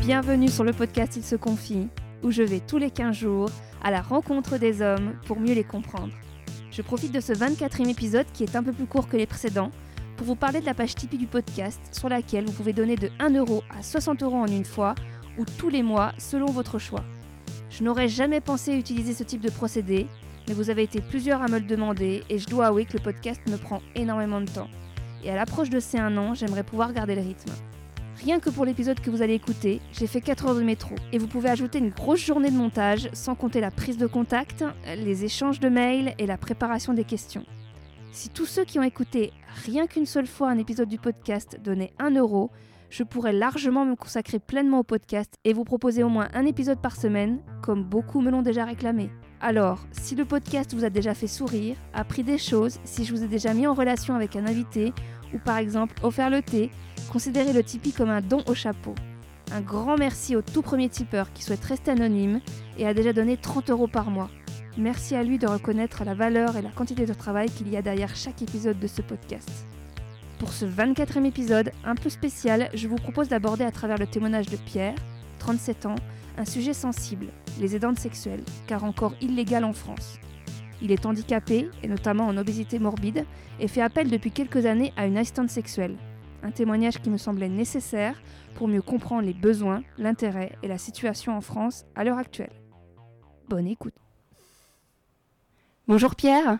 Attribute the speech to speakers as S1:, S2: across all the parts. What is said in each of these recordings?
S1: Bienvenue sur le podcast Il se confie, où je vais tous les 15 jours à la rencontre des hommes pour mieux les comprendre. Je profite de ce 24e épisode qui est un peu plus court que les précédents pour vous parler de la page Tipeee du podcast sur laquelle vous pouvez donner de 1 euro à 60 euros en une fois ou tous les mois selon votre choix. Je n'aurais jamais pensé utiliser ce type de procédé, mais vous avez été plusieurs à me le demander et je dois avouer que le podcast me prend énormément de temps. Et à l'approche de ces un an, j'aimerais pouvoir garder le rythme. Rien que pour l'épisode que vous allez écouter, j'ai fait 4 heures de métro et vous pouvez ajouter une grosse journée de montage sans compter la prise de contact, les échanges de mails et la préparation des questions. Si tous ceux qui ont écouté rien qu'une seule fois un épisode du podcast donnaient 1 euro, je pourrais largement me consacrer pleinement au podcast et vous proposer au moins un épisode par semaine, comme beaucoup me l'ont déjà réclamé. Alors, si le podcast vous a déjà fait sourire, appris des choses, si je vous ai déjà mis en relation avec un invité, ou par exemple offert le thé, considérez le Tipeee comme un don au chapeau. Un grand merci au tout premier tipeur qui souhaite rester anonyme et a déjà donné 30 euros par mois. Merci à lui de reconnaître la valeur et la quantité de travail qu'il y a derrière chaque épisode de ce podcast. Pour ce 24e épisode, un peu spécial, je vous propose d'aborder à travers le témoignage de Pierre, 37 ans, un sujet sensible, les aidantes sexuelles, car encore illégal en France. Il est handicapé, et notamment en obésité morbide, et fait appel depuis quelques années à une assistante sexuelle. Un témoignage qui me semblait nécessaire pour mieux comprendre les besoins, l'intérêt et la situation en France à l'heure actuelle. Bonne écoute. Bonjour Pierre.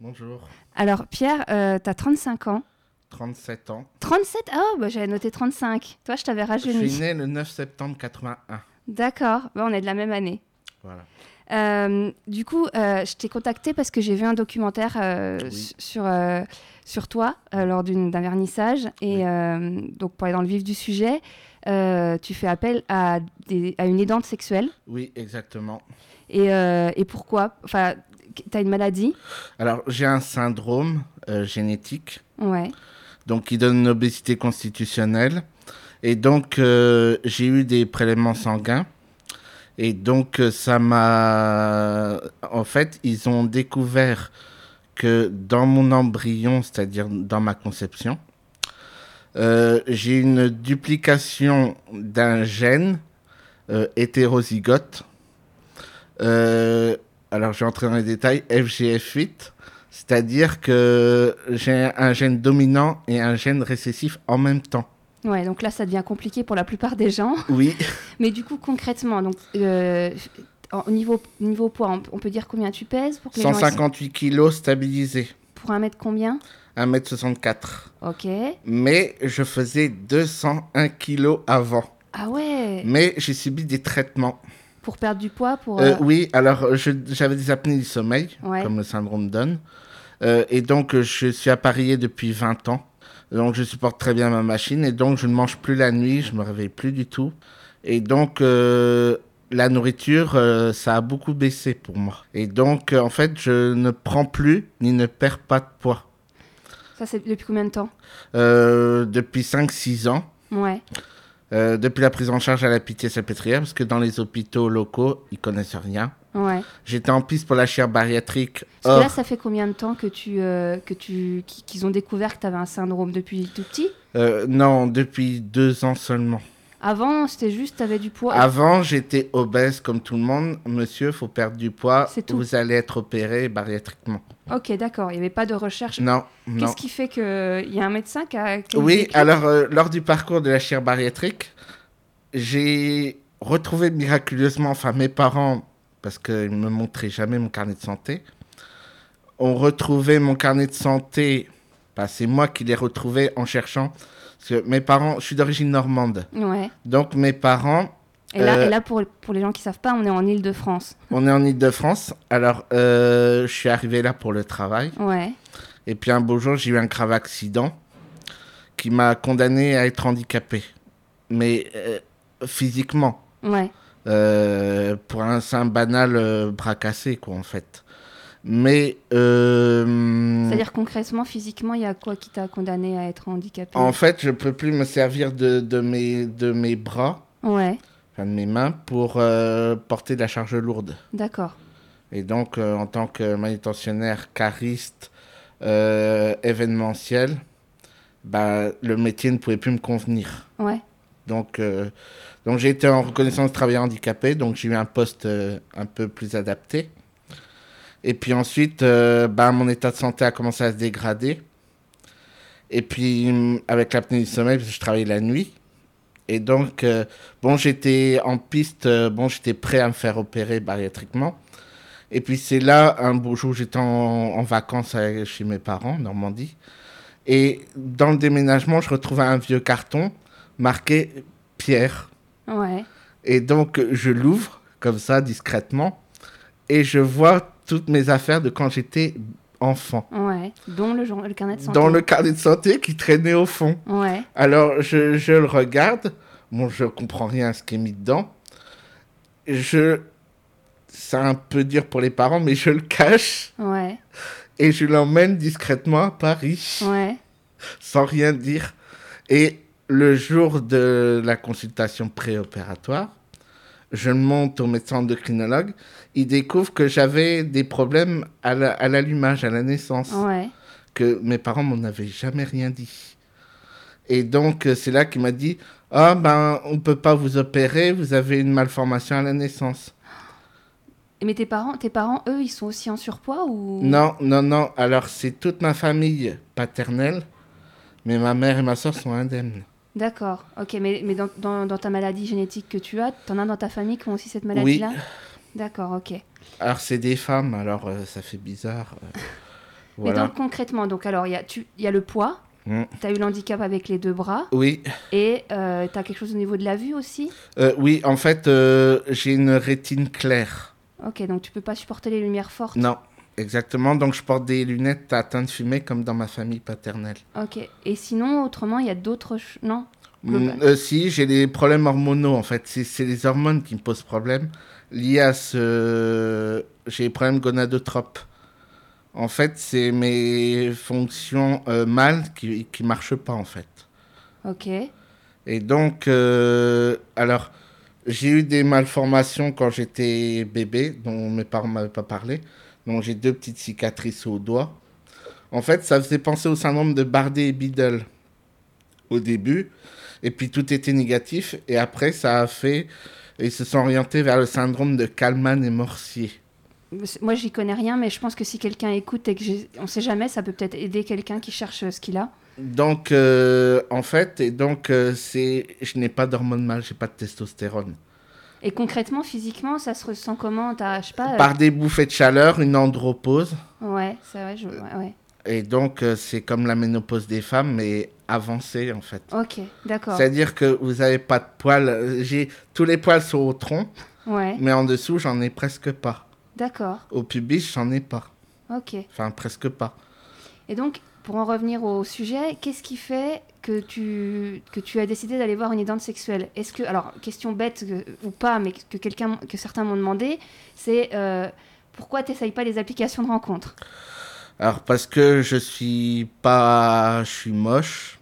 S2: Bonjour,
S1: Alors Pierre, euh, t'as 35 ans.
S2: 37 ans.
S1: 37 Oh, bah, j'avais noté 35. Toi, je t'avais
S2: Je suis
S1: rajeuni.
S2: né le 9 septembre 81.
S1: D'accord, bah, on est de la même année.
S2: Voilà.
S1: Euh, du coup, euh, je t'ai contacté parce que j'ai vu un documentaire euh,
S2: Oui.
S1: su- sur, euh, sur toi euh, lors d'une- d'un vernissage. Et
S2: Oui.
S1: euh, donc, pour aller dans le vif du sujet, euh, tu fais appel à, des- à une aidante sexuelle.
S2: Oui, exactement.
S1: Et, euh, et pourquoi Enfin, tu as une maladie
S2: Alors, j'ai un syndrome euh, génétique,
S1: Ouais.
S2: donc qui donne une obésité constitutionnelle. Et donc, euh, j'ai eu des prélèvements sanguins. Et donc, euh, ça m'a. En fait, ils ont découvert que dans mon embryon, c'est-à-dire dans ma conception, euh, j'ai une duplication d'un gène euh, hétérozygote. Euh, alors, je vais entrer dans les détails. FGF8, c'est-à-dire que j'ai un gène dominant et un gène récessif en même temps.
S1: Ouais, donc là, ça devient compliqué pour la plupart des gens.
S2: Oui,
S1: Mais du coup, concrètement, donc, euh, en- au niveau, niveau poids, on, on peut dire combien tu pèses pour que les gens-
S2: 158 kilos stabilisés,
S1: Pour un mètre combien
S2: 1m64.
S1: Ok.
S2: Mais je faisais 201 kilos avant.
S1: Ah ouais
S2: Mais j'ai subi des traitements.
S1: Pour perdre du poids, pour...
S2: Euh,
S1: euh,
S2: oui, alors je- j'avais des apnées du sommeil,
S1: Ouais.
S2: comme le syndrome Down. Euh, et donc euh, je suis appareillé depuis 20 ans. Donc je supporte très bien ma machine. Et donc je ne mange plus la nuit, je me réveille plus du tout. Et donc euh, la nourriture, euh, ça a beaucoup baissé pour moi. Et donc euh, en fait, je ne prends plus ni ne perds pas de poids.
S1: Ça, c'est depuis combien de temps
S2: Euh, depuis 5-6 ans.
S1: Ouais.
S2: Euh, depuis la prise en charge à la pitié salpêtrière, parce que dans les hôpitaux locaux, ils connaissent rien.
S1: Ouais.
S2: J'étais en piste pour la chair bariatrique. Oh,
S1: Parce que là,
S2: Or,
S1: ça fait combien de temps que tu, euh, que tu, qui- qu'ils ont découvert que tu avais un syndrome depuis tout petit
S2: euh, non, depuis deux ans seulement.
S1: Avant, c'était juste, tu avais du poids.
S2: Avant, j'étais obèse comme tout le monde. Monsieur, faut perdre du poids.
S1: C'est tout.
S2: Vous allez être opéré bariatriquement.
S1: Ok, d'accord. Il n'y avait pas de recherche.
S2: Non, non.
S1: Qu'est-ce qui fait que il y a un médecin qui a... qui a
S2: Oui,
S1: décrit
S2: alors, euh, lors du parcours de la chair bariatrique, j'ai retrouvé miraculeusement, enfin, mes parents, parce qu'ils ne me montraient jamais mon carnet de santé, ont retrouvé mon carnet de santé. Enfin, c'est moi qui l'ai retrouvé en cherchant. Parce que mes parents, je suis d'origine normande.
S1: Ouais.
S2: Donc, mes parents
S1: Et là,
S2: Euh,
S1: et là pour, pour les gens qui savent pas, on est en Ile-de-France.
S2: On est en Ile-de-France. Alors, euh, je suis arrivé là pour le travail.
S1: Ouais.
S2: Et puis, un beau jour, j'ai eu un grave accident qui m'a condamné à être handicapé. Mais euh, physiquement.
S1: Ouais.
S2: Euh, pour un sein banal euh, bras cassé, quoi, en fait. Mais. euh,
S1: C'est-à-dire concrètement, physiquement, il y a quoi qui t'a condamné à être handicapé
S2: en fait, je peux plus me servir de, de mes, de mes bras,
S1: Ouais.
S2: enfin de mes mains, pour euh, porter de la charge lourde.
S1: D'accord.
S2: Et donc, euh, en tant que manutentionnaire, cariste, euh, événementiel, bah, le métier ne pouvait plus me convenir.
S1: Ouais.
S2: Donc, euh, donc j'étais en reconnaissance travailleur handicapé, donc j'ai eu un poste euh, un peu plus adapté. Et puis ensuite, euh, bah, mon état de santé a commencé à se dégrader. Et puis, hum, avec l'apnée du sommeil, parce que je travaillais la nuit. Et donc, euh, bon, j'étais en piste, euh, bon, j'étais prêt à me faire opérer bariatriquement. Et puis, c'est là, un beau jour, j'étais en, en vacances avec- chez mes parents, en Normandie. Et dans le déménagement, je retrouvais un vieux carton marqué Pierre.
S1: Ouais.
S2: Et donc, euh, je l'ouvre, comme ça, discrètement, et je vois toutes mes affaires de quand j'étais enfant.
S1: Ouais. Dont le, jour- le carnet de santé.
S2: Dans le carnet de santé qui traînait au fond.
S1: Ouais.
S2: Alors, je, je le regarde. Bon, je comprends rien à ce qui est mis dedans. Je. C'est un peu dur pour les parents, mais je le cache
S1: Ouais.
S2: et je l'emmène discrètement à Paris,
S1: Ouais.
S2: sans rien dire. Et le jour de la consultation préopératoire, je monte au médecin endocrinologue. Il découvre que j'avais des problèmes à la- à l'allumage, à la naissance
S1: Ah Ouais.
S2: que mes parents m'en avaient jamais rien dit. Et donc, euh, c'est là qu'il m'a dit Ah, ben, on ne peut pas vous opérer, vous avez une malformation à la naissance.
S1: Mais tes parents, tes parents, eux, ils sont aussi en surpoids ou
S2: Non, non, non, alors c'est toute ma famille paternelle, mais ma mère et ma soeur sont indemnes.
S1: D'accord. Ok, mais, mais dans, dans, dans ta maladie génétique que tu as, t'en as dans ta famille qui ont aussi cette maladie-là D'accord, ok.
S2: Alors, c'est des femmes, alors euh, ça fait bizarre. euh,
S1: Mais
S2: voilà.
S1: donc concrètement, donc alors il y a tu, il y a le poids.
S2: Mm.
S1: T'as eu l'handicap avec les deux bras
S2: Oui,
S1: et euh, t'as quelque chose au niveau de la vue aussi.
S2: euh, oui, en fait, euh, j'ai une rétine claire.
S1: Ok, donc tu peux pas supporter les lumières fortes.
S2: Non, exactement, donc je porte des lunettes à teinte fumée comme dans ma famille paternelle.
S1: Ok. Et sinon, autrement, il y a d'autres ch- non.
S2: Mm,
S1: Global.
S2: euh, si, j'ai des problèmes hormonaux en fait. C'est- C'est les hormones qui me posent problème. Lié à ce. J'ai des problèmes gonadotropes. En fait, c'est mes fonctions euh, mâles qui ne marchent pas en fait.
S1: Ok.
S2: Et donc, euh, alors, j'ai eu des malformations quand j'étais bébé, dont mes parents ne m'avaient pas parlé. Donc, j'ai deux petites cicatrices au doigt. En fait, ça faisait penser au syndrome de Bardet et Biddle au début. Et puis, tout était négatif. Et après, ça a fait. Ils se sont orientés vers le syndrome de Kalman et Morcier.
S1: Moi, j'y connais rien, mais je pense que si quelqu'un écoute et que j'ai- on sait jamais, ça peut peut-être aider quelqu'un qui cherche euh, ce qu'il a.
S2: Donc, euh, en fait, et donc, euh, c'est, je n'ai pas d'hormones mâles, j'ai pas de testostérone.
S1: Et concrètement, physiquement, ça se ressent comment T'as, je sais pas. euh,
S2: Par des bouffées de chaleur, une andropause.
S1: Ouais, ça va. Je... Ouais, ouais.
S2: Et donc, euh, c'est comme la ménopause des femmes, mais avancée, en fait.
S1: Ok, d'accord.
S2: C'est-à-dire que vous n'avez pas de poils. euh, J'ai... Tous les poils sont au tronc,
S1: Ouais,
S2: mais en dessous, j'en ai presque pas.
S1: d'accord.
S2: Au pubis, j'en ai pas.
S1: Ok.
S2: Enfin, presque pas.
S1: Et donc, pour en revenir au sujet, qu'est-ce qui fait que tu, que tu as décidé d'aller voir une aidante sexuelle Est-ce que, alors, question bête euh, ou pas, mais que, quelqu'un, que certains m'ont demandé, c'est euh, pourquoi t'essayes pas les applications de rencontre
S2: Alors, parce que je suis pas. Je suis moche.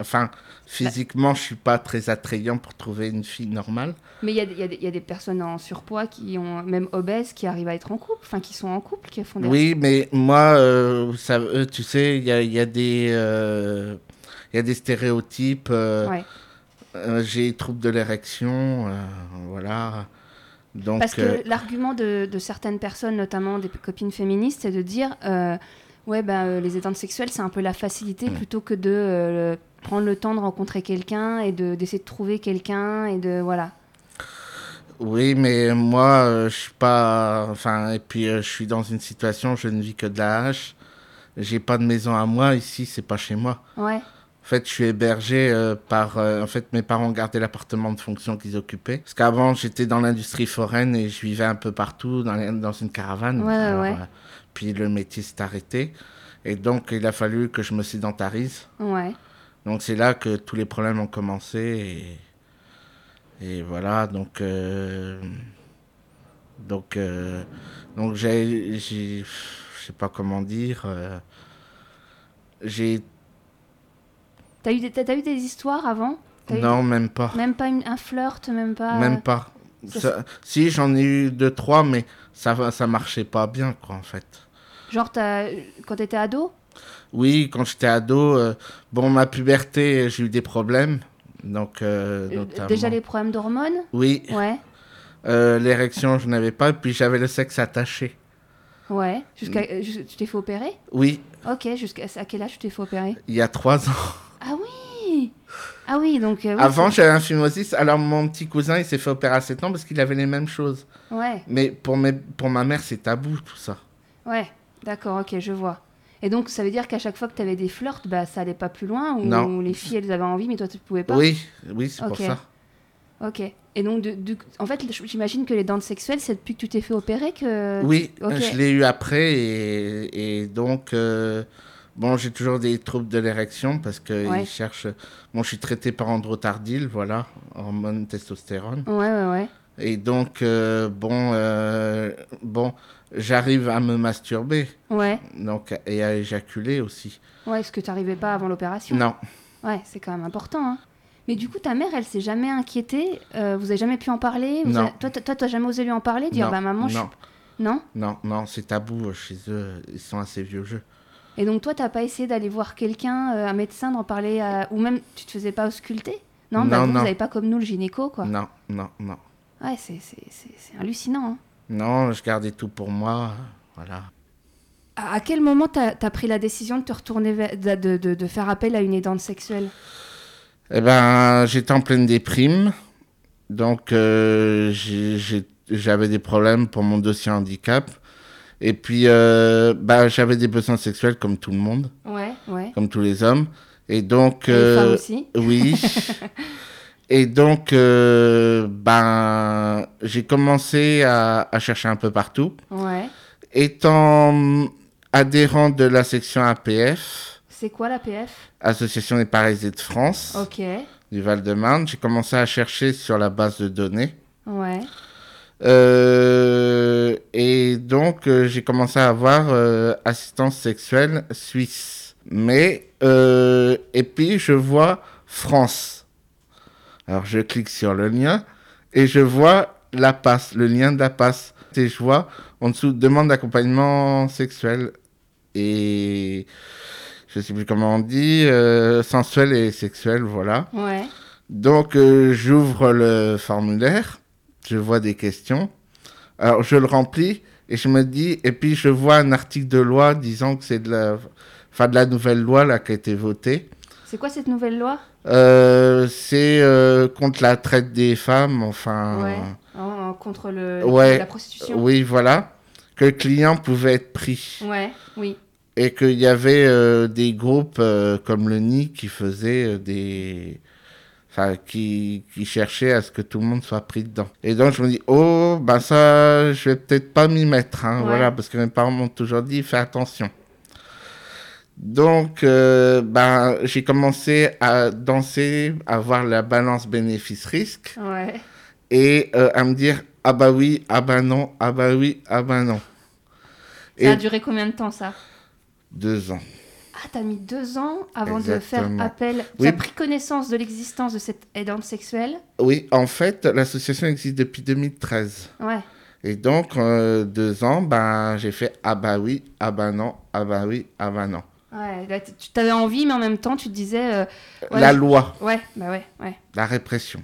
S2: Enfin, physiquement, je suis pas très attrayant pour trouver une fille normale.
S1: Mais il y a, des- il y a des- il y a des personnes en surpoids qui ont, même obèses, qui arrivent à être en couple, enfin, qui sont en couple, qui font des...
S2: Oui, mais moi, euh, ça, euh, tu sais, il y a, il y a des, euh, il y a des stéréotypes. euh,
S1: Ouais.
S2: euh, J'ai des troubles de l'érection, euh, voilà. Donc,
S1: Parce que
S2: euh,
S1: l'argument de, de certaines personnes, notamment des copines féministes, c'est de dire euh, ouais, ben, euh, les aidantes sexuelles, c'est un peu la
S2: Mm.
S1: facilité plutôt que de euh, prendre le temps de rencontrer quelqu'un et de- d'essayer de, trouver quelqu'un et de. Voilà.
S2: oui, mais moi, euh, je suis pas. Enfin, et puis, euh, je suis dans une situation, je ne vis que de la hache. J'ai pas de maison à moi ici, c'est pas chez moi.
S1: Ouais,
S2: En fait, je suis hébergé euh, par. euh, en fait, mes parents gardaient l'appartement de fonction qu'ils occupaient. Parce qu'avant, j'étais dans l'industrie foraine et je vivais un peu partout, dans, les- dans une caravane. euh,
S1: Ouais, ouais, ouais.
S2: puis le métier s'est arrêté. Et donc, il a fallu que je me sédentarise.
S1: ouais.
S2: Donc, c'est là que tous les problèmes ont commencé. Et, et voilà, donc. euh, Donc, euh, donc j'ai. j'ai- Je sais pas comment dire. euh, J'ai.
S1: T'as eu, des- t'as- t'as eu des histoires avant T'as eu
S2: Non, même pas.
S1: des- Même pas une- un flirt, même pas.
S2: Même pas.
S1: Euh, ça,
S2: Ça- si, j'en ai eu deux, trois, mais ça, va- ça marchait pas bien, quoi, en fait.
S1: Genre, t'as- quand t'étais ado
S2: euh, Oui, quand j'étais ado, euh, bon, ma puberté, j'ai eu des problèmes. Donc, euh, notamment.
S1: Déjà les problèmes d'hormones
S2: Oui,
S1: Ouais,
S2: euh, l'érection, je n'avais pas, puis j'avais le sexe attaché.
S1: ouais. Jusqu'à,
S2: Mm.
S1: euh, jus- tu t'es fait opérer
S2: Oui,
S1: Ok, jusqu'à à quel âge tu t'es fait opérer
S2: il y a trois ans.
S1: Ah oui Ah oui, donc... euh, oui,
S2: Avant, j'avais un phimosis. Alors, mon petit cousin, il s'est fait opérer à 7 ans parce qu'il avait les mêmes choses.
S1: c'est- Ouais,
S2: Mais pour, mes... pour ma mère, c'est tabou, tout ça.
S1: ouais, d'accord, ok, je vois. Et donc, ça veut dire qu'à chaque fois que tu avais des flirts, bah, ça allait pas plus loin Ou
S2: Non.
S1: les filles, elles avaient envie, mais toi, tu pouvais pas
S2: Oui, oui, c'est pour
S1: Ok.
S2: ça.
S1: Ok. Et donc, du- du- en fait, j'imagine que les dents sexuelles, c'est depuis que tu t'es fait opérer que...
S2: Oui,
S1: Euh, ok.
S2: je l'ai eu après et, et donc, euh, bon, j'ai toujours des troubles de l'érection parce que
S1: Ouais.
S2: ils cherchent. Bon, je suis traité par androtardil, voilà, hormone testostérone.
S1: Ouais, ouais, ouais.
S2: Et donc, euh, bon, euh, bon, j'arrive à me masturber,
S1: Ouais,
S2: donc et à éjaculer aussi.
S1: ouais, parce que t'arrivais pas avant l'opération.
S2: Non,
S1: Ouais, c'est quand même important. hein. Mais du coup, ta mère, elle s'est jamais inquiétée. euh, vous avez jamais pu en parler. Vous
S2: Non.
S1: avez- Toi, t'as- toi, t'as jamais osé lui en parler, dire
S2: non,
S1: bah maman, je
S2: non,
S1: suis- non.
S2: non, non, c'est tabou euh, chez eux. Ils sont assez vieux jeux.
S1: Et donc toi, t'as pas essayé d'aller voir quelqu'un, euh, un médecin, d'en parler, à- ou même tu te faisais pas ausculter. Non, bah,
S2: Non,
S1: vous,
S2: non.
S1: vous avez pas comme nous le gynéco, quoi.
S2: Non, non, non,
S1: Ouais, c'est c'est- c'est- c'est hallucinant. hein.
S2: non, je gardais tout pour moi, voilà.
S1: À à quel moment t'as as pris la décision de te retourner, vers- de, de- de- de faire appel à une aidante sexuelle
S2: Eh ben, j'étais en pleine déprime. Donc, euh, j'ai- j'ai- j'avais des problèmes pour mon dossier handicap. Et puis, euh, bah, j'avais des besoins sexuels comme tout le monde,
S1: Ouais, ouais.
S2: comme tous les hommes. Et donc,
S1: Et les femmes
S2: euh,
S1: aussi.
S2: oui. Et donc, euh, ben, j'ai commencé à, à chercher un peu partout.
S1: Ouais.
S2: Étant adhérent de la section APF,
S1: C'est quoi la PF
S2: Association des Paralysés de France
S1: Ok.
S2: du Val-de-Marne. J'ai commencé à chercher sur la base de données.
S1: Ouais.
S2: Euh, et donc, euh, j'ai commencé à avoir euh, assistance sexuelle suisse. Mais, euh, et puis, je vois France. Alors, je clique sur le lien et je vois la passe, le lien de la passe. Et je vois en dessous demande d'accompagnement sexuel et je sais plus comment on dit, euh, sensuel et sexuel, voilà.
S1: Ouais.
S2: Donc, euh, j'ouvre le formulaire, je vois des questions. Alors, je le remplis et je me dis, et puis je vois un article de loi disant que c'est de la, enfin, de la nouvelle loi là, qui a été votée.
S1: C'est quoi cette nouvelle loi
S2: Euh, c'est euh, contre la traite des femmes, enfin.
S1: Ouais. En- en- contre le,
S2: Ouais.
S1: la prostitution
S2: Oui, voilà. Que le client pouvait être pris.
S1: Ouais, oui.
S2: Et qu'il y avait euh, des groupes euh, comme le NI qui faisaient euh, des. Enfin, qui, qui cherchaient à ce que tout le monde soit pris dedans. Et donc, je me dis, oh, ben ça, je vais peut-être pas m'y mettre, hein,
S1: Ouais.
S2: voilà, parce que mes parents m'ont toujours dit, fais attention. Donc, euh, ben, j'ai commencé à danser, à voir la balance bénéfice-risque,
S1: Ouais.
S2: et euh, à me dire, ah bah oui, ah bah non, ah bah oui, ah bah non.
S1: Ça
S2: Et
S1: a duré combien de temps ça
S2: deux ans.
S1: Ah, t'as mis deux ans avant de
S2: Exactement.
S1: faire appel. Tu
S2: Oui.
S1: as pris connaissance de l'existence de cette aidante sexuelle
S2: Oui, en fait, l'association existe depuis 2013.
S1: Ouais.
S2: Et donc, euh, deux ans, ben, j'ai fait ah bah oui, ah bah non, ah bah oui, ah bah non.
S1: Ouais, là, t- tu t'avais envie, mais en même temps, tu te disais. euh, ouais,
S2: La
S1: je-
S2: loi,
S1: Ouais, bah ouais, ouais.
S2: la répression.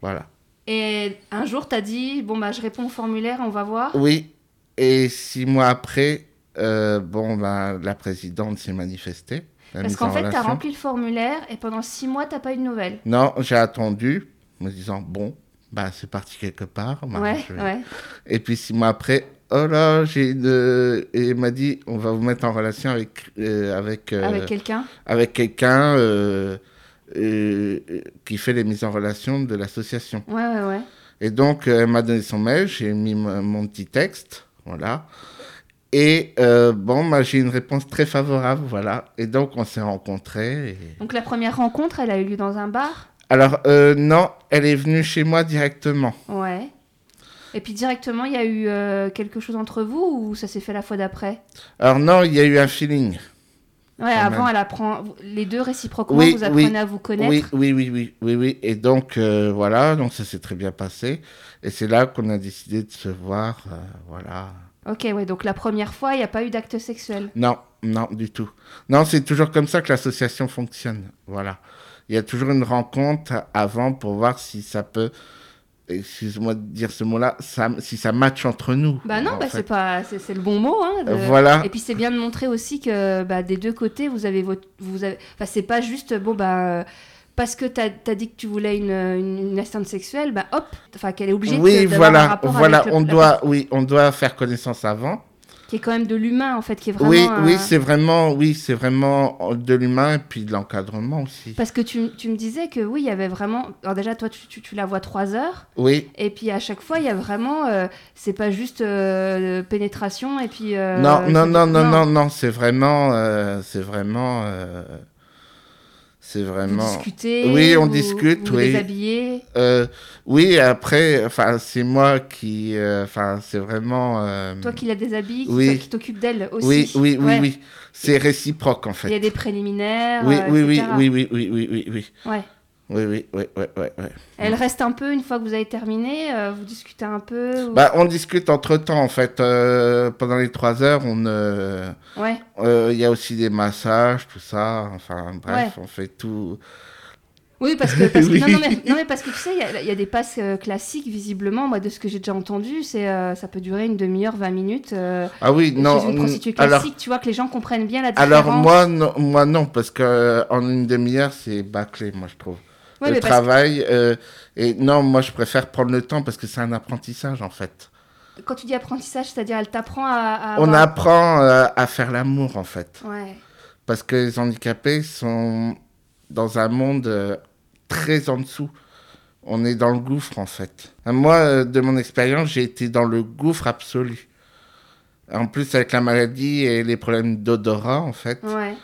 S2: Voilà.
S1: Et un jour, t'as dit bon, bah, je réponds au formulaire, on va voir.
S2: Oui, et six mois après, euh, bon, ben, la présidente s'est manifestée. la
S1: Parce
S2: mise
S1: qu'en
S2: en
S1: fait, t'as
S2: relation.
S1: rempli le formulaire et pendant six mois, t'as pas eu de nouvelles.
S2: Non, j'ai attendu, me disant, bon, ben, c'est parti quelque part. ben,
S1: ouais,
S2: je vais-
S1: ouais.
S2: Et puis six mois après, oh là, j'ai une... Et il m'a dit, on va vous mettre en relation avec... euh, avec, euh,
S1: Avec quelqu'un
S2: avec quelqu'un euh, euh, euh, qui fait les mises en relation de l'association.
S1: Ouais, ouais, ouais.
S2: Et donc, euh, elle m'a donné son mail, j'ai mis mon mon petit texte, voilà. Et euh, bon, bah, j'ai une réponse très favorable, voilà. Et donc, on s'est rencontrés. et-
S1: Donc la première rencontre, elle a eu lieu dans un bar
S2: Alors, euh, non, elle est venue chez moi directement.
S1: Ouais. Et puis directement, il y a eu euh, quelque chose entre vous ou ça s'est fait la fois d'après
S2: Alors, non, il y a eu un feeling.
S1: Ouais,
S2: Quand
S1: avant,
S2: même.
S1: elle apprend. Les deux réciproquement,
S2: Oui,
S1: vous apprenez
S2: oui,
S1: à vous connaître.
S2: Oui, oui, oui, oui, oui, oui. Et donc, euh, voilà, donc ça s'est très bien passé. Et c'est là qu'on a décidé de se voir, euh, voilà.
S1: Ok, ouais, donc la première fois, il n'y a pas eu d'acte sexuel.
S2: Non, non, du tout. Non, c'est toujours comme ça que l'association fonctionne. Voilà. Il y a toujours une rencontre avant pour voir si ça peut, excuse-moi de dire ce mot-là, ça- si ça match entre nous.
S1: Bah non,
S2: en
S1: bah
S2: fait.
S1: c'est pas, c'est c'est le bon mot. hein, de-
S2: Euh, Voilà.
S1: Et puis c'est bien de montrer aussi que bah, des deux côtés, vous avez votre, vous avez, enfin c'est pas juste bon bah euh, parce que t'as as dit que tu voulais une une, une assistante sexuelle, bah hop, enfin qu'elle est obligée de-
S2: Oui,
S1: d'avoir un
S2: voilà,
S1: rapport
S2: voilà,
S1: avec le-
S2: on
S1: la
S2: doit, oui, on doit faire connaissance avant.
S1: personne, qui est quand même de l'humain en fait, qui est vraiment.
S2: oui,
S1: euh,
S2: oui, c'est vraiment, oui, c'est vraiment de l'humain et puis de l'encadrement aussi.
S1: Parce que tu, tu me disais que oui, il y avait vraiment. Alors déjà, toi, tu, tu- tu la vois trois heures,
S2: Oui.
S1: et puis à chaque fois, il y a vraiment. euh, c'est pas juste euh, pénétration, et puis. euh,
S2: non, non,
S1: c'est-
S2: non, non, non, non, c'est vraiment, euh, c'est vraiment, euh, c'est
S1: Vous
S2: vraiment.
S1: discutez.
S2: Oui, on
S1: vous-
S2: discute,
S1: vous
S2: oui.
S1: déshabillez.
S2: Euh, oui, après, enfin, c'est moi qui, euh, enfin, c'est vraiment. euh,
S1: Toi qui la déshabilles, qui-
S2: Oui.
S1: toi qui t'occupe d'elle aussi.
S2: Oui, oui, oui,
S1: Ouais.
S2: oui. C'est réciproque en fait.
S1: Il y a des préliminaires.
S2: Oui,
S1: euh,
S2: oui, oui,
S1: etc.
S2: oui, oui, oui, oui, oui, oui.
S1: Ouais.
S2: Oui, oui, oui, oui, oui, oui.
S1: Elle reste un peu une fois que vous avez terminé, euh, vous discutez un peu. ou-
S2: Bah, on discute entre temps en fait. Euh, pendant les trois heures, on. euh,
S1: ouais.
S2: euh, Il y a aussi des massages, tout ça. Enfin, bref, on fait tout.
S1: Oui, parce que, parce que- non, non,
S2: Oui.
S1: mais, non, mais parce que tu sais, il y a- il y, a des passes euh, classiques, visiblement, moi, de ce que j'ai déjà entendu, c'est euh, ça peut durer une demi-heure, 20 minutes. euh,
S2: Ah oui, non.
S1: chez une prostituée classique,
S2: alors,
S1: tu vois, que les gens comprennent bien la différence.
S2: alors moi, non, moi non, parce que euh, en une demi-heure, c'est bâclé, moi je trouve.
S1: Ouais,
S2: le
S1: mais parce
S2: travail. euh, et non, moi, je préfère prendre le temps parce que c'est un apprentissage, en fait.
S1: que quand tu dis apprentissage, c'est-à-dire elle t'apprend à. à
S2: On
S1: avoir-
S2: apprend euh, à faire l'amour, en fait.
S1: Ouais.
S2: Parce que les handicapés sont dans un monde euh, très en dessous. On est dans le gouffre, en fait. Euh, Moi, euh, de mon expérience, j'ai été dans le gouffre absolu. En plus, avec la maladie et les problèmes d'odorat, en fait.
S1: Ouais.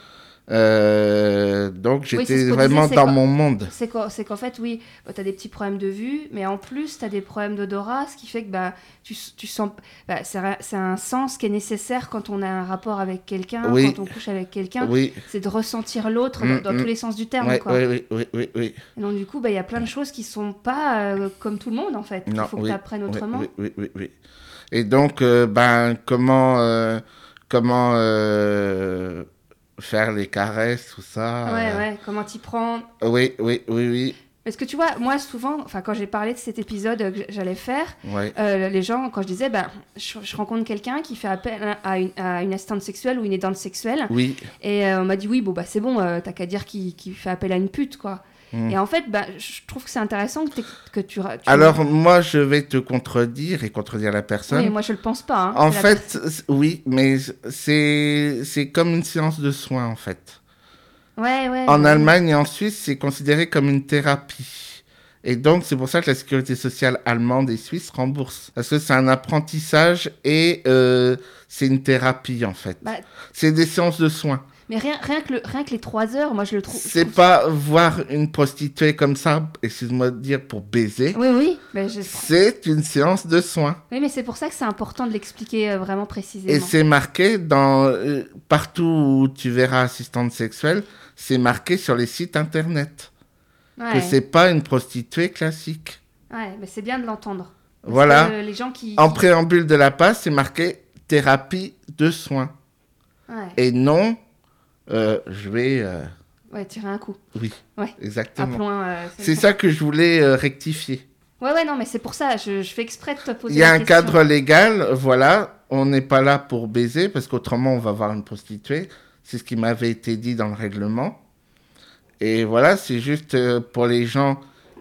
S2: Euh, donc,
S1: c'est ce
S2: j'étais
S1: qu'on
S2: vraiment
S1: disait, c'est
S2: dans
S1: quoi-
S2: mon monde.
S1: C'est qu'en c'est qu'en fait, oui, bah, t'as tu as des petits problèmes de vue, mais en plus, tu as des problèmes d'odorat, ce qui fait que bah, tu, s- tu sens. bah, c'est un- c'est un sens qui est nécessaire quand on a un rapport avec quelqu'un,
S2: Oui.
S1: quand on couche avec quelqu'un.
S2: Oui,
S1: C'est de ressentir l'autre
S2: Mm,
S1: dans, dans
S2: mm.
S1: tous les sens du terme.
S2: ouais,
S1: quoi.
S2: oui, oui, oui, oui, oui.
S1: Et donc, du coup, bah, il y a plein de choses qui sont pas euh, comme tout le monde, en fait. Il
S2: Non,
S1: faut que
S2: oui,
S1: tu apprennes
S2: Oui,
S1: autrement.
S2: Oui, oui, oui, oui. Et donc, euh, ben, comment, euh, comment euh, faire les caresses, tout ça.
S1: Ouais,
S2: euh,
S1: ouais, comment t'y prends
S2: Oui, oui, oui, oui.
S1: Parce que tu vois, moi, souvent, enfin, quand j'ai parlé de cet épisode euh, que j'allais faire,
S2: Ouais.
S1: Euh, les gens, quand je disais, bah, je, je rencontre quelqu'un qui fait appel à une, à une assistante sexuelle ou une aidante sexuelle,
S2: Oui.
S1: et euh, on m'a dit, oui, bon, bah, c'est bon, euh, t'as qu'à dire qu'il qu'il fait appel à une pute, quoi.
S2: Mm.
S1: Et en fait, bah, je trouve que c'est intéressant que, t'aies- que tu, ra- tu-
S2: Alors, moi, je vais te contredire et contredire la personne.
S1: Oui, moi, je le pense pas. hein.
S2: en
S1: C'est la-
S2: fait, c- oui, mais c'est c'est comme une séance de soins, en fait.
S1: Ouais, ouais,
S2: En
S1: ouais.
S2: Allemagne et en Suisse, c'est considéré comme une thérapie. Et donc, c'est pour ça que la sécurité sociale allemande et suisse rembourse. Parce que c'est un apprentissage et euh, c'est une thérapie, en fait.
S1: Bah-
S2: C'est des séances de soins.
S1: Mais rien, rien, que le, rien que les trois heures, moi, je le trouve. je
S2: C'est
S1: trouve-
S2: pas voir une prostituée comme ça, excuse-moi de dire, pour baiser.
S1: Oui, oui, mais je-
S2: C'est une séance de soins.
S1: oui, mais c'est pour ça que c'est important de l'expliquer euh, vraiment
S2: Et
S1: précisément.
S2: c'est marqué dans... euh, partout où tu verras assistante sexuelle, c'est marqué sur les sites internet. Que
S1: Ouais,
S2: c'est pas une prostituée classique.
S1: ouais, mais c'est bien de l'entendre. Parce
S2: Voilà.
S1: que, euh, les gens qui.
S2: En
S1: qui-
S2: préambule de la passe, c'est marqué thérapie de soins.
S1: Ouais,
S2: Et non, euh, je vais. euh,
S1: ouais, tirer un coup.
S2: oui.
S1: Ouais.
S2: Exactement.
S1: Appelons. euh,
S2: C'est ça que je voulais euh, rectifier.
S1: Ouais, ouais, non, mais c'est pour ça, je, je fais exprès de te poser
S2: Il y a
S1: la
S2: un
S1: question.
S2: cadre légal, voilà. On n'est pas là pour baiser parce qu'autrement on va voir une prostituée. C'est ce qui m'avait été dit dans le règlement. Et voilà, c'est juste euh, pour les gens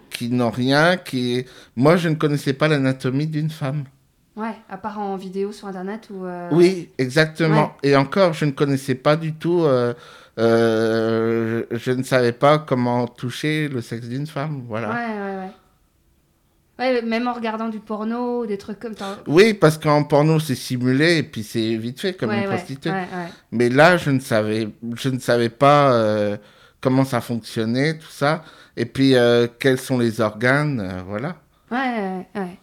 S2: qui n'ont rien, qui. Moi, je ne connaissais pas l'anatomie d'une femme.
S1: Ouais, à part en vidéo sur Internet ou... euh,
S2: Oui, exactement. Et encore, je ne connaissais pas du tout, euh, euh, je, je ne savais pas comment toucher le sexe d'une femme,
S1: Ouais,
S2: voilà.
S1: ouais, ouais. Ouais, même en regardant du porno, ou des trucs comme ça.
S2: Oui, parce qu'en porno, c'est simulé et puis c'est vite fait comme
S1: ouais,
S2: une
S1: ouais,
S2: prostituée.
S1: ouais, ouais.
S2: Mais là, je ne savais, je ne savais pas euh, comment ça fonctionnait, tout ça. Et puis, euh, quels sont les organes, euh, voilà.
S1: Ouais, ouais, ouais.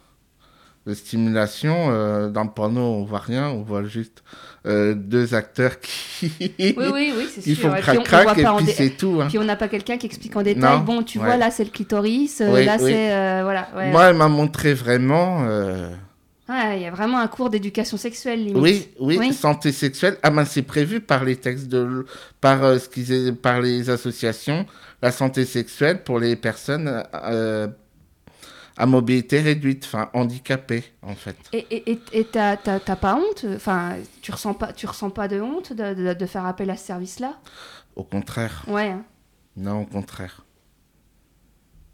S2: De stimulation, euh, dans le porno, on voit rien, on voit juste euh, deux acteurs qui,
S1: Oui, oui, oui, c'est
S2: qui
S1: sûr.
S2: font
S1: ouais. Puis on- on voit
S2: crac-crac et
S1: pas en
S2: puis
S1: dé-
S2: c'est tout. hein.
S1: Puis on n'a pas quelqu'un qui explique en détail,
S2: Non,
S1: bon, tu
S2: ouais.
S1: vois, là, c'est le clitoris, euh,
S2: Oui,
S1: là,
S2: oui.
S1: c'est... euh, voilà, ouais.
S2: Moi, elle m'a montré vraiment. euh,
S1: Ah, il y a vraiment un cours d'éducation sexuelle, limite.
S2: Oui, oui,
S1: Oui.
S2: santé sexuelle. Ah ben c'est prévu par les textes de, l- par euh, ce qu'ils, est- par les associations, la santé sexuelle pour les personnes euh, à mobilité réduite, enfin handicapées en fait.
S1: Et- Et et- et t'as t'as- t'as pas honte Enfin, tu ressens pas, tu ressens pas de honte de, de- de faire appel à ce service-là
S2: Au contraire,
S1: Ouais. hein.
S2: non au contraire,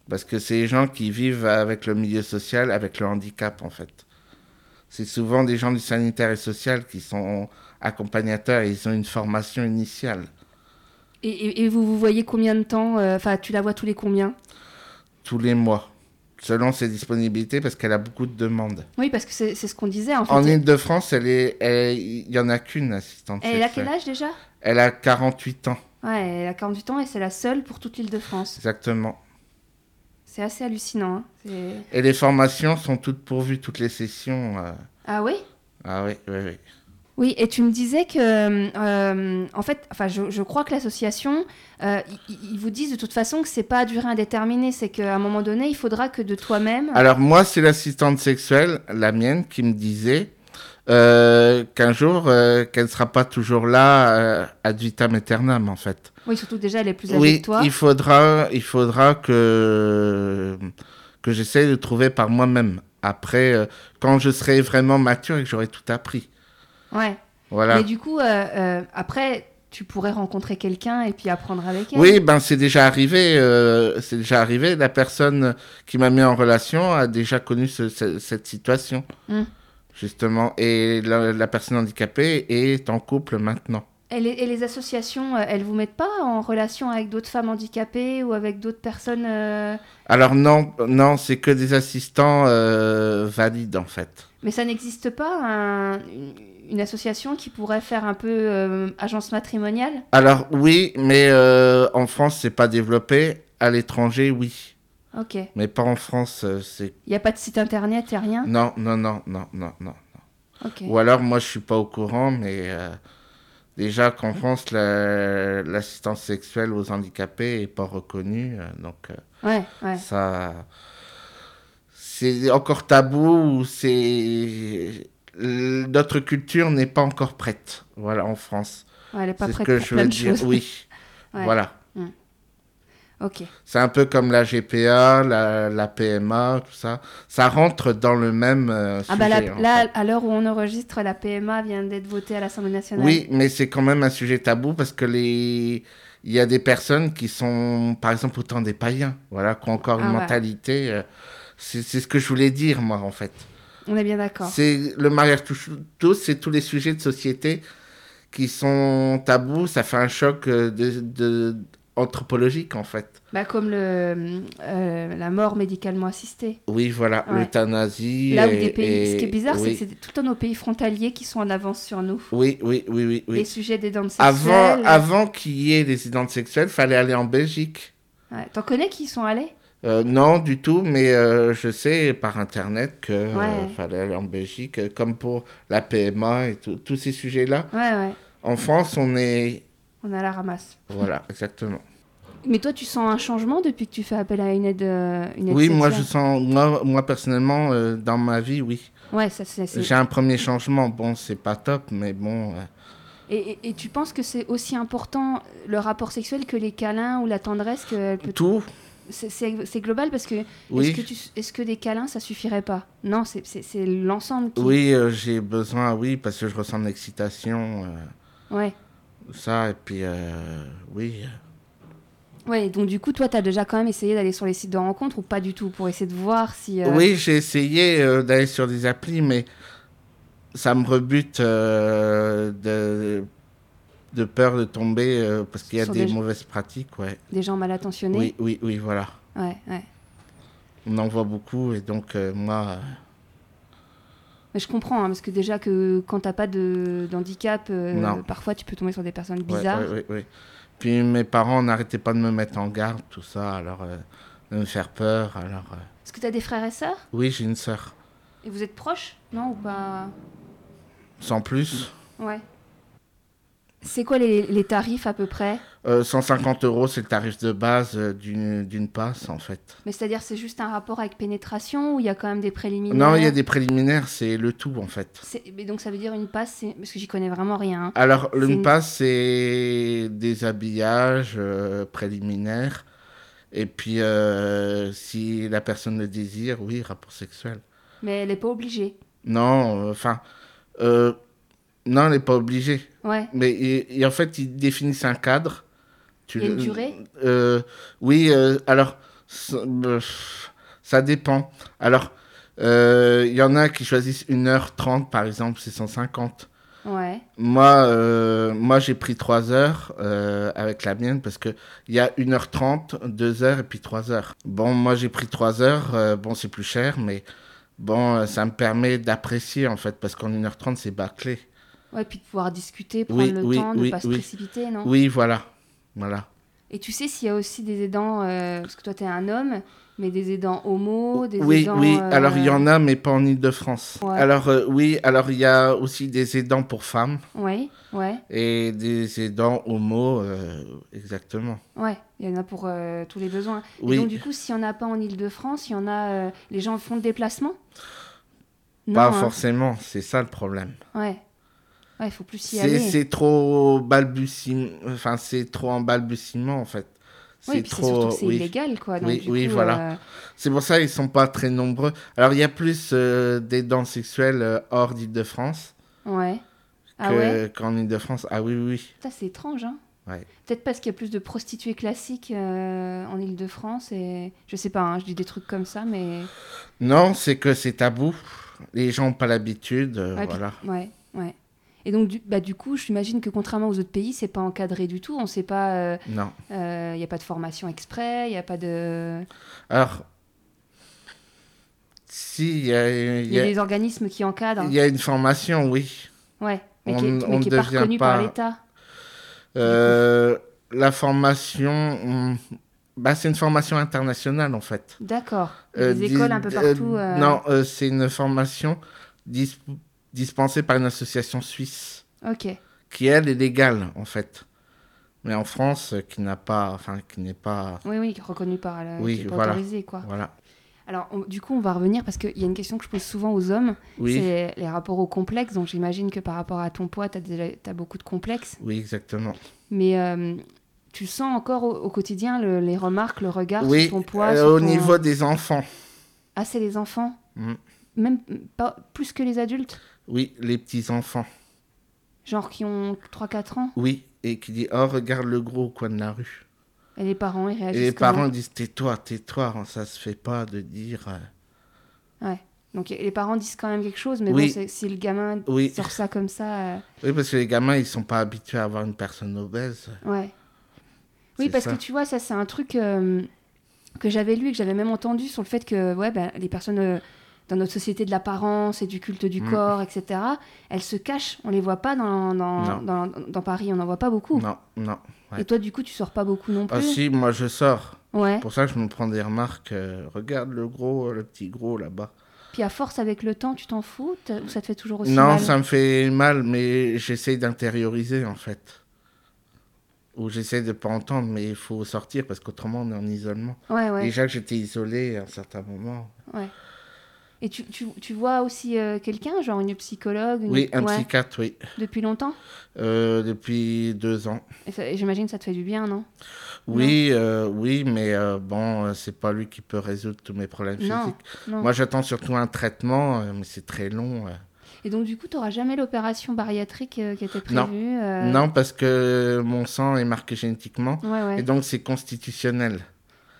S2: parce que c'est les gens qui vivent avec le milieu social, avec le handicap en fait. C'est souvent des gens du sanitaire et social qui sont accompagnateurs. et Ils ont une formation initiale.
S1: Et, et- et vous vous voyez combien de temps euh, Enfin, tu la vois tous les combien
S2: tous les mois, selon ses disponibilités, parce qu'elle a beaucoup de demandes.
S1: Oui, parce que c'est c'est ce qu'on disait en fait.
S2: En Ile-de-France, elle est- elle- il n'y en a qu'une assistante
S1: elle a
S2: sexuelle.
S1: quel âge déjà
S2: Elle a 48 ans,
S1: Ouais, elle a 48 ans et c'est la seule pour toute l'île de France.
S2: exactement.
S1: C'est assez hallucinant. hein. C'est-
S2: Et les formations sont toutes pourvues, toutes les sessions. euh.
S1: Ah oui
S2: Ah oui, oui, oui.
S1: Oui, et tu me disais que, euh, en fait, enfin, je, je crois que l'association, euh, ils ils vous disent de toute façon que c'est pas à durée indéterminée, c'est qu'à un moment donné, il faudra que de toi-même.
S2: Alors moi, c'est l'assistante sexuelle, la mienne, qui me disait euh, qu'un jour, euh, qu'elle ne sera pas toujours là euh, ad vitam aeternam, en fait.
S1: Oui, surtout déjà, elle est plus âgée
S2: Oui,
S1: que toi.
S2: il faudra, il faudra que, que j'essaye de trouver par moi-même. Après, euh, quand je serai vraiment mature et que j'aurai tout appris.
S1: Ouais.
S2: Voilà.
S1: Mais du coup, euh, euh, après, tu pourrais rencontrer quelqu'un et puis apprendre avec elle.
S2: Oui, ben c'est déjà arrivé. euh, c'est déjà arrivé. La personne qui m'a mis en relation a déjà connu ce- ce- cette situation.
S1: Mm.
S2: Justement. Et la, la personne handicapée est en couple maintenant.
S1: Et les, et les associations, euh, elles vous mettent pas en relation avec d'autres femmes handicapées ou avec d'autres personnes. euh,
S2: Alors non, non, c'est que des assistants euh, valides en fait.
S1: Mais ça n'existe pas un- une, une association qui pourrait faire un peu euh, agence matrimoniale
S2: Alors oui, mais euh, en France, c'est pas développé. À l'étranger, oui.
S1: Ok. Il
S2: Mais pas en France, euh, c'est...
S1: n'y a pas de site internet et rien
S2: Non, non, non, non, non, non.
S1: Ok.
S2: Ou alors, moi, je suis pas au courant, mais euh, déjà qu'en France, la- l'assistance sexuelle aux handicapés est pas reconnue. euh, donc, euh,
S1: Ouais, ouais.
S2: ça... C'est encore tabou, ou c'est... L- Notre culture n'est pas encore prête, voilà, en France.
S1: Ouais, elle n'est pas
S2: C'est ce
S1: prête
S2: que
S1: pour
S2: je
S1: plein
S2: veux
S1: de
S2: dire,
S1: choses.
S2: oui.
S1: Ouais.
S2: Voilà.
S1: Ok.
S2: C'est un peu comme la GPA, la, la PMA, tout ça. Ça rentre dans le même euh,
S1: Ah bah la-
S2: sujet, en
S1: là,
S2: fait.
S1: à l'heure où on enregistre, la PMA vient d'être votée à l'Assemblée nationale.
S2: Oui, mais c'est quand même un sujet tabou parce que les... Il y a des personnes qui sont, par exemple, autant des païens, voilà, qui ont encore
S1: Ah
S2: une
S1: ouais.
S2: mentalité. euh, C'est c'est ce que je voulais dire, moi, en fait.
S1: On est bien d'accord.
S2: C'est le mariage touche tous, c'est tous les sujets de société qui sont tabous. Ça fait un choc euh, de- de... anthropologique, en fait.
S1: Bah, comme le, euh, la mort médicalement assistée.
S2: Oui, voilà,
S1: Ouais.
S2: l'euthanasie.
S1: Là où
S2: et-
S1: des pays, ce qui est
S2: et-
S1: bizarre,
S2: oui.
S1: c'est que c'est tout le temps nos pays frontaliers qui sont en avance sur nous.
S2: Oui, oui, oui, oui. oui.
S1: Les sujets des dents sexuelles.
S2: Avant, avant qu'il y ait des identités sexuelles, fallait aller en Belgique.
S1: Ouais. T'en connais qui y sont allés
S2: Euh, non, du tout, mais euh, je sais par internet que euh,
S1: Ouais.
S2: fallait aller en Belgique, euh, comme pour la PMA et tout- tous ces sujets-là.
S1: Ouais, ouais.
S2: En France, on est.
S1: On a la ramasse.
S2: Voilà, exactement.
S1: Mais toi, tu sens un changement depuis que tu fais appel à une aide, euh, une aide
S2: Oui, moi, je
S1: sexuelle
S2: sens. Moi, moi personnellement, euh, dans ma vie, oui.
S1: Ouais, ça, c'est... c'est-
S2: J'ai un premier changement. Bon, c'est pas top, mais bon. euh,
S1: Et, et- et tu penses que c'est aussi important le rapport sexuel que les câlins ou la tendresse que elle peut-
S2: Tout,
S1: C'est- C'est c'est global parce que
S2: oui.
S1: est-ce que, tu- est-ce que des câlins ça suffirait pas Non, c'est- c'est c'est l'ensemble qui.
S2: Oui, euh, j'ai besoin, oui, parce que je ressens de l'excitation, euh,
S1: Ouais.
S2: ça, et puis, euh, oui.
S1: Ouais, donc du coup, toi, t'as déjà quand même essayé d'aller sur les sites de rencontres ou pas du tout pour essayer de voir si. euh,
S2: Oui, j'ai essayé euh, d'aller sur des applis, mais ça me rebute euh, de, de peur de tomber, euh, parce qu'il y a
S1: Sur
S2: des
S1: des-
S2: mauvaises pratiques, ouais.
S1: Des gens mal intentionnés.
S2: Oui, oui, oui, voilà.
S1: Ouais, ouais.
S2: On en voit beaucoup, et donc, euh, moi, euh,
S1: Mais je comprends, hein, parce que déjà que quand t'as pas de d'handicap, euh,
S2: Non.
S1: parfois tu peux tomber sur des personnes
S2: ouais,
S1: bizarres.
S2: ouais, ouais, ouais. Puis mes parents n'arrêtaient pas de me mettre en garde, tout ça, alors, euh, de me faire peur, alors... euh,
S1: Est-ce que t'as des frères et sœurs
S2: Oui, j'ai une sœur,
S1: Et vous êtes proches Non ou pas
S2: sans plus.
S1: Ouais. C'est quoi les, les tarifs à peu près
S2: Euh, 150 euros, c'est le tarif de base euh, d'une d'une passe, en fait.
S1: Mais c'est-à-dire c'est juste un rapport avec pénétration ou il y a quand même des préliminaires
S2: Non, il y a des préliminaires, c'est le tout, en fait.
S1: C'est- mais donc ça veut dire une passe, c'est- parce que j'y connais vraiment rien. hein.
S2: Alors,
S1: C'est
S2: une
S1: une-
S2: passe, c'est des habillages euh, préliminaires. Et puis, euh, si la personne le désire, oui, rapport sexuel.
S1: Mais elle n'est pas obligée.
S2: Non, enfin... euh, non, elle n'est pas obligée.
S1: Ouais.
S2: Mais et- et en fait, ils définissent un cadre. Tu
S1: Il y a une
S2: le-
S1: durée
S2: Euh, Oui, euh, alors, ça, euh, ça dépend. Alors, euh, il y en a qui choisissent 1h30, par exemple, c'est 150.
S1: Ouais.
S2: Moi, euh, moi j'ai pris 3 heures euh, avec la mienne parce qu'il y a 1h30, 2h et puis 3 heures. Bon, moi j'ai pris 3 heures, euh, bon c'est plus cher, mais bon, euh, ça me permet d'apprécier en fait parce qu'en 1h30 c'est bâclé.
S1: Ouais, puis de pouvoir discuter, prendre
S2: Oui,
S1: le
S2: oui,
S1: temps, ne
S2: oui,
S1: pas se
S2: oui.
S1: précipiter, non
S2: Oui, voilà. Voilà.
S1: Et tu sais s'il y a aussi des aidants, euh, parce que toi, tu es un homme, mais des aidants homo, Oh, des
S2: oui,
S1: aidants... euh,
S2: oui. Alors il y en a, mais pas en Ile-de-France.
S1: Ouais.
S2: Alors euh, oui, alors il y a aussi des aidants pour femmes
S1: Ouais, ouais,
S2: et des aidants homo, euh, exactement.
S1: ouais. Il y en a pour euh, tous les besoins.
S2: Oui.
S1: Et donc, du coup, s'il n'y en a pas en Ile-de-France, il y en a... euh, les gens font le déplacement Non,
S2: pas
S1: hein.
S2: forcément, c'est ça le problème.
S1: Ouais. Ouais, il faut plus y
S2: C'est
S1: aller.
S2: c'est trop balbutiement, enfin c'est trop en balbutiement en fait.
S1: Oui,
S2: C'est
S1: puis c'est surtout que c'est
S2: oui.
S1: illégal, quoi. Donc,
S2: Oui,
S1: du
S2: oui,
S1: coup,
S2: voilà.
S1: euh,
S2: C'est pour ça ils sont pas très nombreux. Alors il y a plus euh, d'aidants sexuels euh, hors d'Île-de-France
S1: ouais. Ah
S2: que-
S1: ouais
S2: qu'en Île-de-France. Ah oui, oui.
S1: Putain, c'est étrange, hein
S2: Ouais.
S1: Peut-être parce qu'il y a plus de prostituées classiques euh, en Ile-de-France et... Je sais pas, hein, je dis des trucs comme ça, mais...
S2: Non, c'est que c'est tabou. Les gens n'ont pas l'habitude, euh,
S1: Ouais, puis-
S2: voilà.
S1: Ouais, ouais. Et donc, du, bah, du coup, j'imagine que contrairement aux autres pays, c'est pas encadré du tout. On sait pas. Il
S2: Non.
S1: n'y a pas de formation exprès, il n'y a pas de.
S2: Alors, si, il y a, il
S1: Il
S2: y
S1: y a
S2: a-
S1: des organismes qui encadrent.
S2: il y a une formation, oui.
S1: Ouais, mais qui
S2: On-
S1: n'est
S2: on ne
S1: pas
S2: devient
S1: reconnu par
S2: pas-
S1: l'État.
S2: Euh, la formation, hum, bah, c'est une formation internationale, en fait.
S1: D'accord. Il y a
S2: Euh,
S1: des
S2: dis-
S1: écoles un peu
S2: euh,
S1: partout. euh,
S2: Non, euh, c'est une formation dis- dispensée par une association suisse,
S1: Ok.
S2: qui, elle, est légale, en fait. Mais en France, euh, qui n'a pas... Enfin, qui n'est pas...
S1: Oui, oui, reconnu par le.
S2: Oui,
S1: qui est pas
S2: voilà.
S1: autorisé, quoi.
S2: Voilà.
S1: Alors, on- du coup, on va revenir parce qu'il y a une question que je pose souvent aux hommes
S2: Oui,
S1: c'est les rapports au complexe. Donc, j'imagine que par rapport à ton poids, tu as beaucoup de complexes.
S2: oui, exactement.
S1: Mais euh, tu sens encore au, au quotidien le- les remarques, le regard
S2: Oui,
S1: Ah, sur ton poids
S2: euh,
S1: sur
S2: au
S1: ton-
S2: niveau des enfants.
S1: Ah, c'est les enfants
S2: Mm.
S1: Même pas, plus que les adultes
S2: Oui, les petits-enfants.
S1: Genre qui ont 3-4 ans
S2: Oui, et qui dit Oh, regarde le gros au coin de la rue.
S1: Et les parents, ils réagissent
S2: Et les
S1: comment
S2: parents disent Tais-toi, tais-toi, hein, ça se fait pas de dire. euh,
S1: Donc les parents disent quand même quelque chose, mais
S2: Oui.
S1: bon, c'est- si le gamin
S2: Oui.
S1: sort ça comme ça... euh,
S2: Oui, parce que les gamins, ils sont pas habitués à avoir une personne obèse.
S1: Ouais. Oui,
S2: C'est
S1: parce
S2: ça.
S1: que tu vois, ça, c'est un truc euh, que j'avais lu et que j'avais même entendu sur le fait que ouais, ben, les personnes euh, dans notre société de l'apparence et du culte du
S2: Mm.
S1: corps, etc., elles se cachent. On les voit pas dans, dans,
S2: Non.
S1: dans, dans Paris, on n'en voit pas beaucoup.
S2: Non, non. ouais.
S1: Et toi, du coup, tu sors pas beaucoup non
S2: Ah,
S1: plus.
S2: si, moi je sors.
S1: Ouais.
S2: Pour ça, je me prends des remarques. euh, regarde le gros, le petit gros là-bas.
S1: Puis à force, avec le temps, tu t'en fous t'as- Ou ça te fait toujours aussi
S2: Non,
S1: mal
S2: ça me fait mal, mais j'essaye d'intérioriser en fait. Ou j'essaie de pas entendre, mais il faut sortir parce qu'autrement, on est en isolement.
S1: Ouais, ouais.
S2: Déjà que j'étais isolé à un certain moment.
S1: Et tu, tu, tu vois aussi euh, quelqu'un, genre une psychologue une-
S2: Oui, un
S1: ouais,
S2: psychiatre, oui.
S1: Depuis longtemps
S2: Euh, depuis deux ans.
S1: Et ça- et J'imagine que ça te fait du bien, non
S2: Oui, euh, oui, mais euh, bon, euh, c'est pas lui qui peut résoudre tous mes problèmes
S1: Non,
S2: physiques.
S1: non.
S2: Moi, j'attends surtout un traitement, euh, mais c'est très long. euh.
S1: Et donc, du coup, tu n'auras jamais l'opération bariatrique euh, qui était
S2: Non.
S1: prévue euh,
S2: Non, parce que mon sang est marqué génétiquement,
S1: Ouais, ouais.
S2: et donc c'est constitutionnel.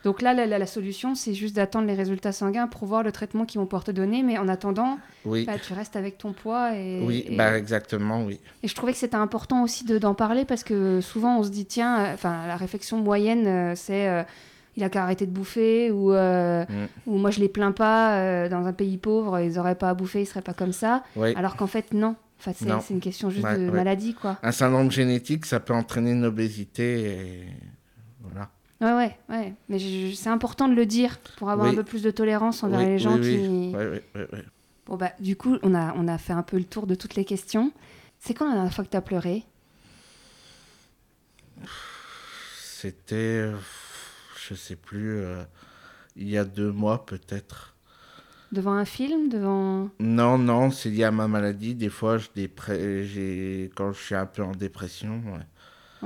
S1: Donc là, la, la- la solution, c'est juste d'attendre les résultats sanguins pour voir le traitement qu'ils vont pouvoir te donner. Mais en attendant,
S2: Oui,
S1: bah, tu restes avec ton poids. Et,
S2: oui,
S1: et-
S2: bah exactement, oui.
S1: et je trouvais que c'était important aussi de- d'en parler parce que souvent, on se dit, tiens, euh, enfin, la réflexion moyenne, euh, c'est euh, il a qu'à arrêter de bouffer ou, euh,
S2: Mm.
S1: ou moi, je les plains pas. euh, dans un pays pauvre, ils n'auraient pas à bouffer, ils seraient pas comme ça.
S2: Oui.
S1: Alors qu'en fait, non. Enfin, c'est
S2: Non.
S1: c'est une question juste
S2: Ouais,
S1: de
S2: ouais.
S1: maladie, quoi.
S2: Un syndrome génétique, ça peut entraîner une obésité, et voilà.
S1: Ouais, ouais, ouais. Mais je- je- c'est important de le dire pour avoir
S2: Oui.
S1: un peu plus de tolérance envers
S2: Oui,
S1: les gens
S2: oui, oui.
S1: qui.
S2: Ouais, ouais, ouais, ouais.
S1: Bon, bah, du coup, on a, on a fait un peu le tour de toutes les questions. C'est quand la dernière fois que t'as pleuré
S2: C'était, euh, je sais plus, euh, il y a deux mois peut-être.
S1: Devant un film, devant...
S2: Non, non, c'est lié à ma maladie. Des fois, je dépre- j'ai- quand je suis un peu en dépression, ouais.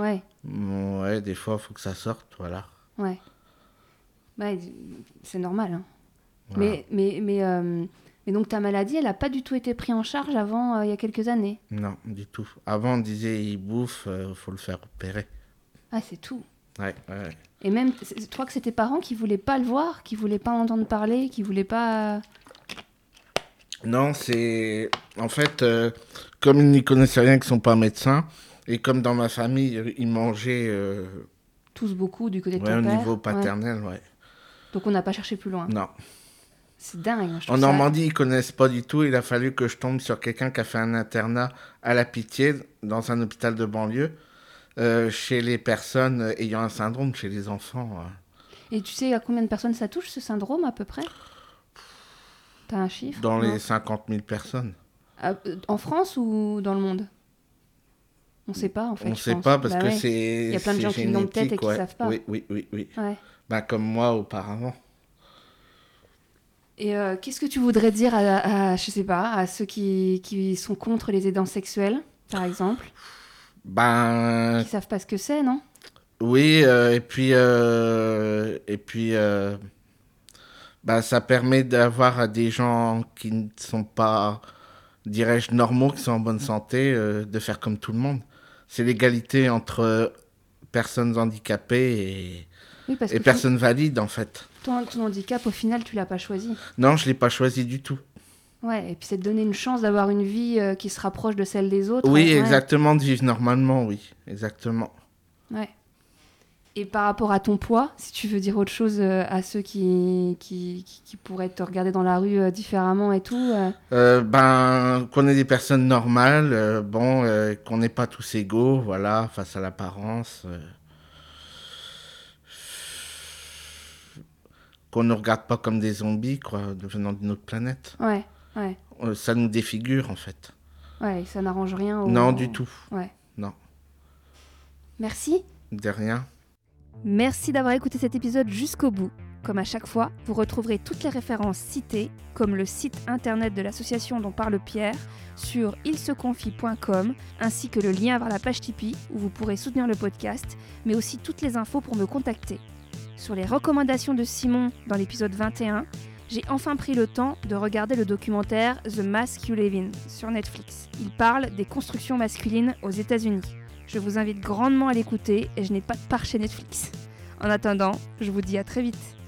S1: Ouais,
S2: Bon, ouais, des fois, faut que ça sorte, voilà.
S1: ouais. Ouais, c'est normal. hein.
S2: Voilà.
S1: Mais, mais, mais, euh, mais donc ta maladie, elle n'a pas du tout été prise en charge avant, euh, il y a quelques années.
S2: Non, du tout. Avant, on disait, il bouffe, euh, faut le faire opérer.
S1: Ah, c'est tout.
S2: Ouais, ouais.
S1: Et même, c'est- je crois que c'était tes parents qui voulaient pas le voir, qui voulaient pas entendre parler, qui voulaient pas...
S2: Non, c'est. En fait, euh, comme ils n'y connaissaient rien, qu'ils ne sont pas médecins, et comme dans ma famille, ils mangeaient euh,
S1: Tous beaucoup du côté de
S2: ouais,
S1: ton
S2: au
S1: père.
S2: niveau
S1: Ouais.
S2: paternel, ouais.
S1: Donc on n'a pas cherché plus loin.
S2: Non.
S1: C'est dingue. hein, je trouve
S2: En
S1: ça-
S2: Normandie, ils connaissent pas du tout. Il a fallu que je tombe sur quelqu'un qui a fait un internat à la pitié dans un hôpital de banlieue euh, chez les personnes ayant un syndrome, chez les enfants. euh, ouais.
S1: Et tu sais à combien de personnes ça touche ce syndrome à peu près T'as un chiffre
S2: Dans
S1: Non.
S2: les 50 000 personnes.
S1: Ah, euh, En France ou dans le monde On sait pas en fait.
S2: On ne
S1: je
S2: sait
S1: pense.
S2: pas parce
S1: Bah
S2: que
S1: ouais.
S2: c'est. Il
S1: y a plein de gens qui l'ont peut-être et qui savent pas.
S2: Oui, oui, oui. oui.
S1: Ouais.
S2: Bah, comme moi auparavant.
S1: Et euh, qu'est-ce que tu voudrais dire à, à- je sais pas, à ceux qui, qui sont contre les aidants sexuels, par exemple,
S2: Ben,
S1: qui savent pas ce que c'est, non
S2: Oui, euh, et puis, euh, et puis euh, bah, ça permet d'avoir des gens qui ne sont pas, dirais-je, normaux, qui sont en bonne santé, euh, de faire comme tout le monde. C'est l'égalité entre euh, personnes handicapées
S1: Oui, parce
S2: et, et
S1: que
S2: personnes valides, en fait.
S1: ton, ton- ton handicap, au final, tu l'as pas choisi.
S2: Non, je ne l'ai pas choisi du tout.
S1: Ouais, et puis c'est de donner une chance d'avoir une vie euh, qui se rapproche de celle des autres.
S2: Oui,
S1: ouais.
S2: exactement, de vivre normalement, oui, exactement.
S1: Ouais. Et par rapport à ton poids, si tu veux dire autre chose euh, à ceux qui, qui, qui- qui pourraient te regarder dans la rue euh, différemment et tout, euh,
S2: Euh, ben, qu'on est des personnes normales, euh, bon, euh, qu'on n'est pas tous égaux, voilà, face à l'apparence. euh. Qu'on ne regarde pas comme des zombies, quoi, venant d'une autre planète.
S1: ouais, ouais,
S2: Euh, ça nous défigure, en fait.
S1: ouais, ça n'arrange rien. au-
S2: Non, du tout.
S1: Merci.
S2: De rien.
S3: Merci d'avoir écouté cet épisode jusqu'au bout. Comme à chaque fois, vous retrouverez toutes les références citées, comme le site internet de l'association dont parle Pierre, sur ilseconfie.com, ainsi que le lien vers la page Tipeee où vous pourrez soutenir le podcast, mais aussi toutes les infos pour me contacter. Sur les recommandations de Simon dans l'épisode 21, j'ai enfin pris le temps de regarder le documentaire The Mask You Live In sur Netflix. Il parle des constructions masculines aux États-Unis. Je vous invite grandement à l'écouter et je n'ai pas de part chez Netflix. En attendant, je vous dis à très vite.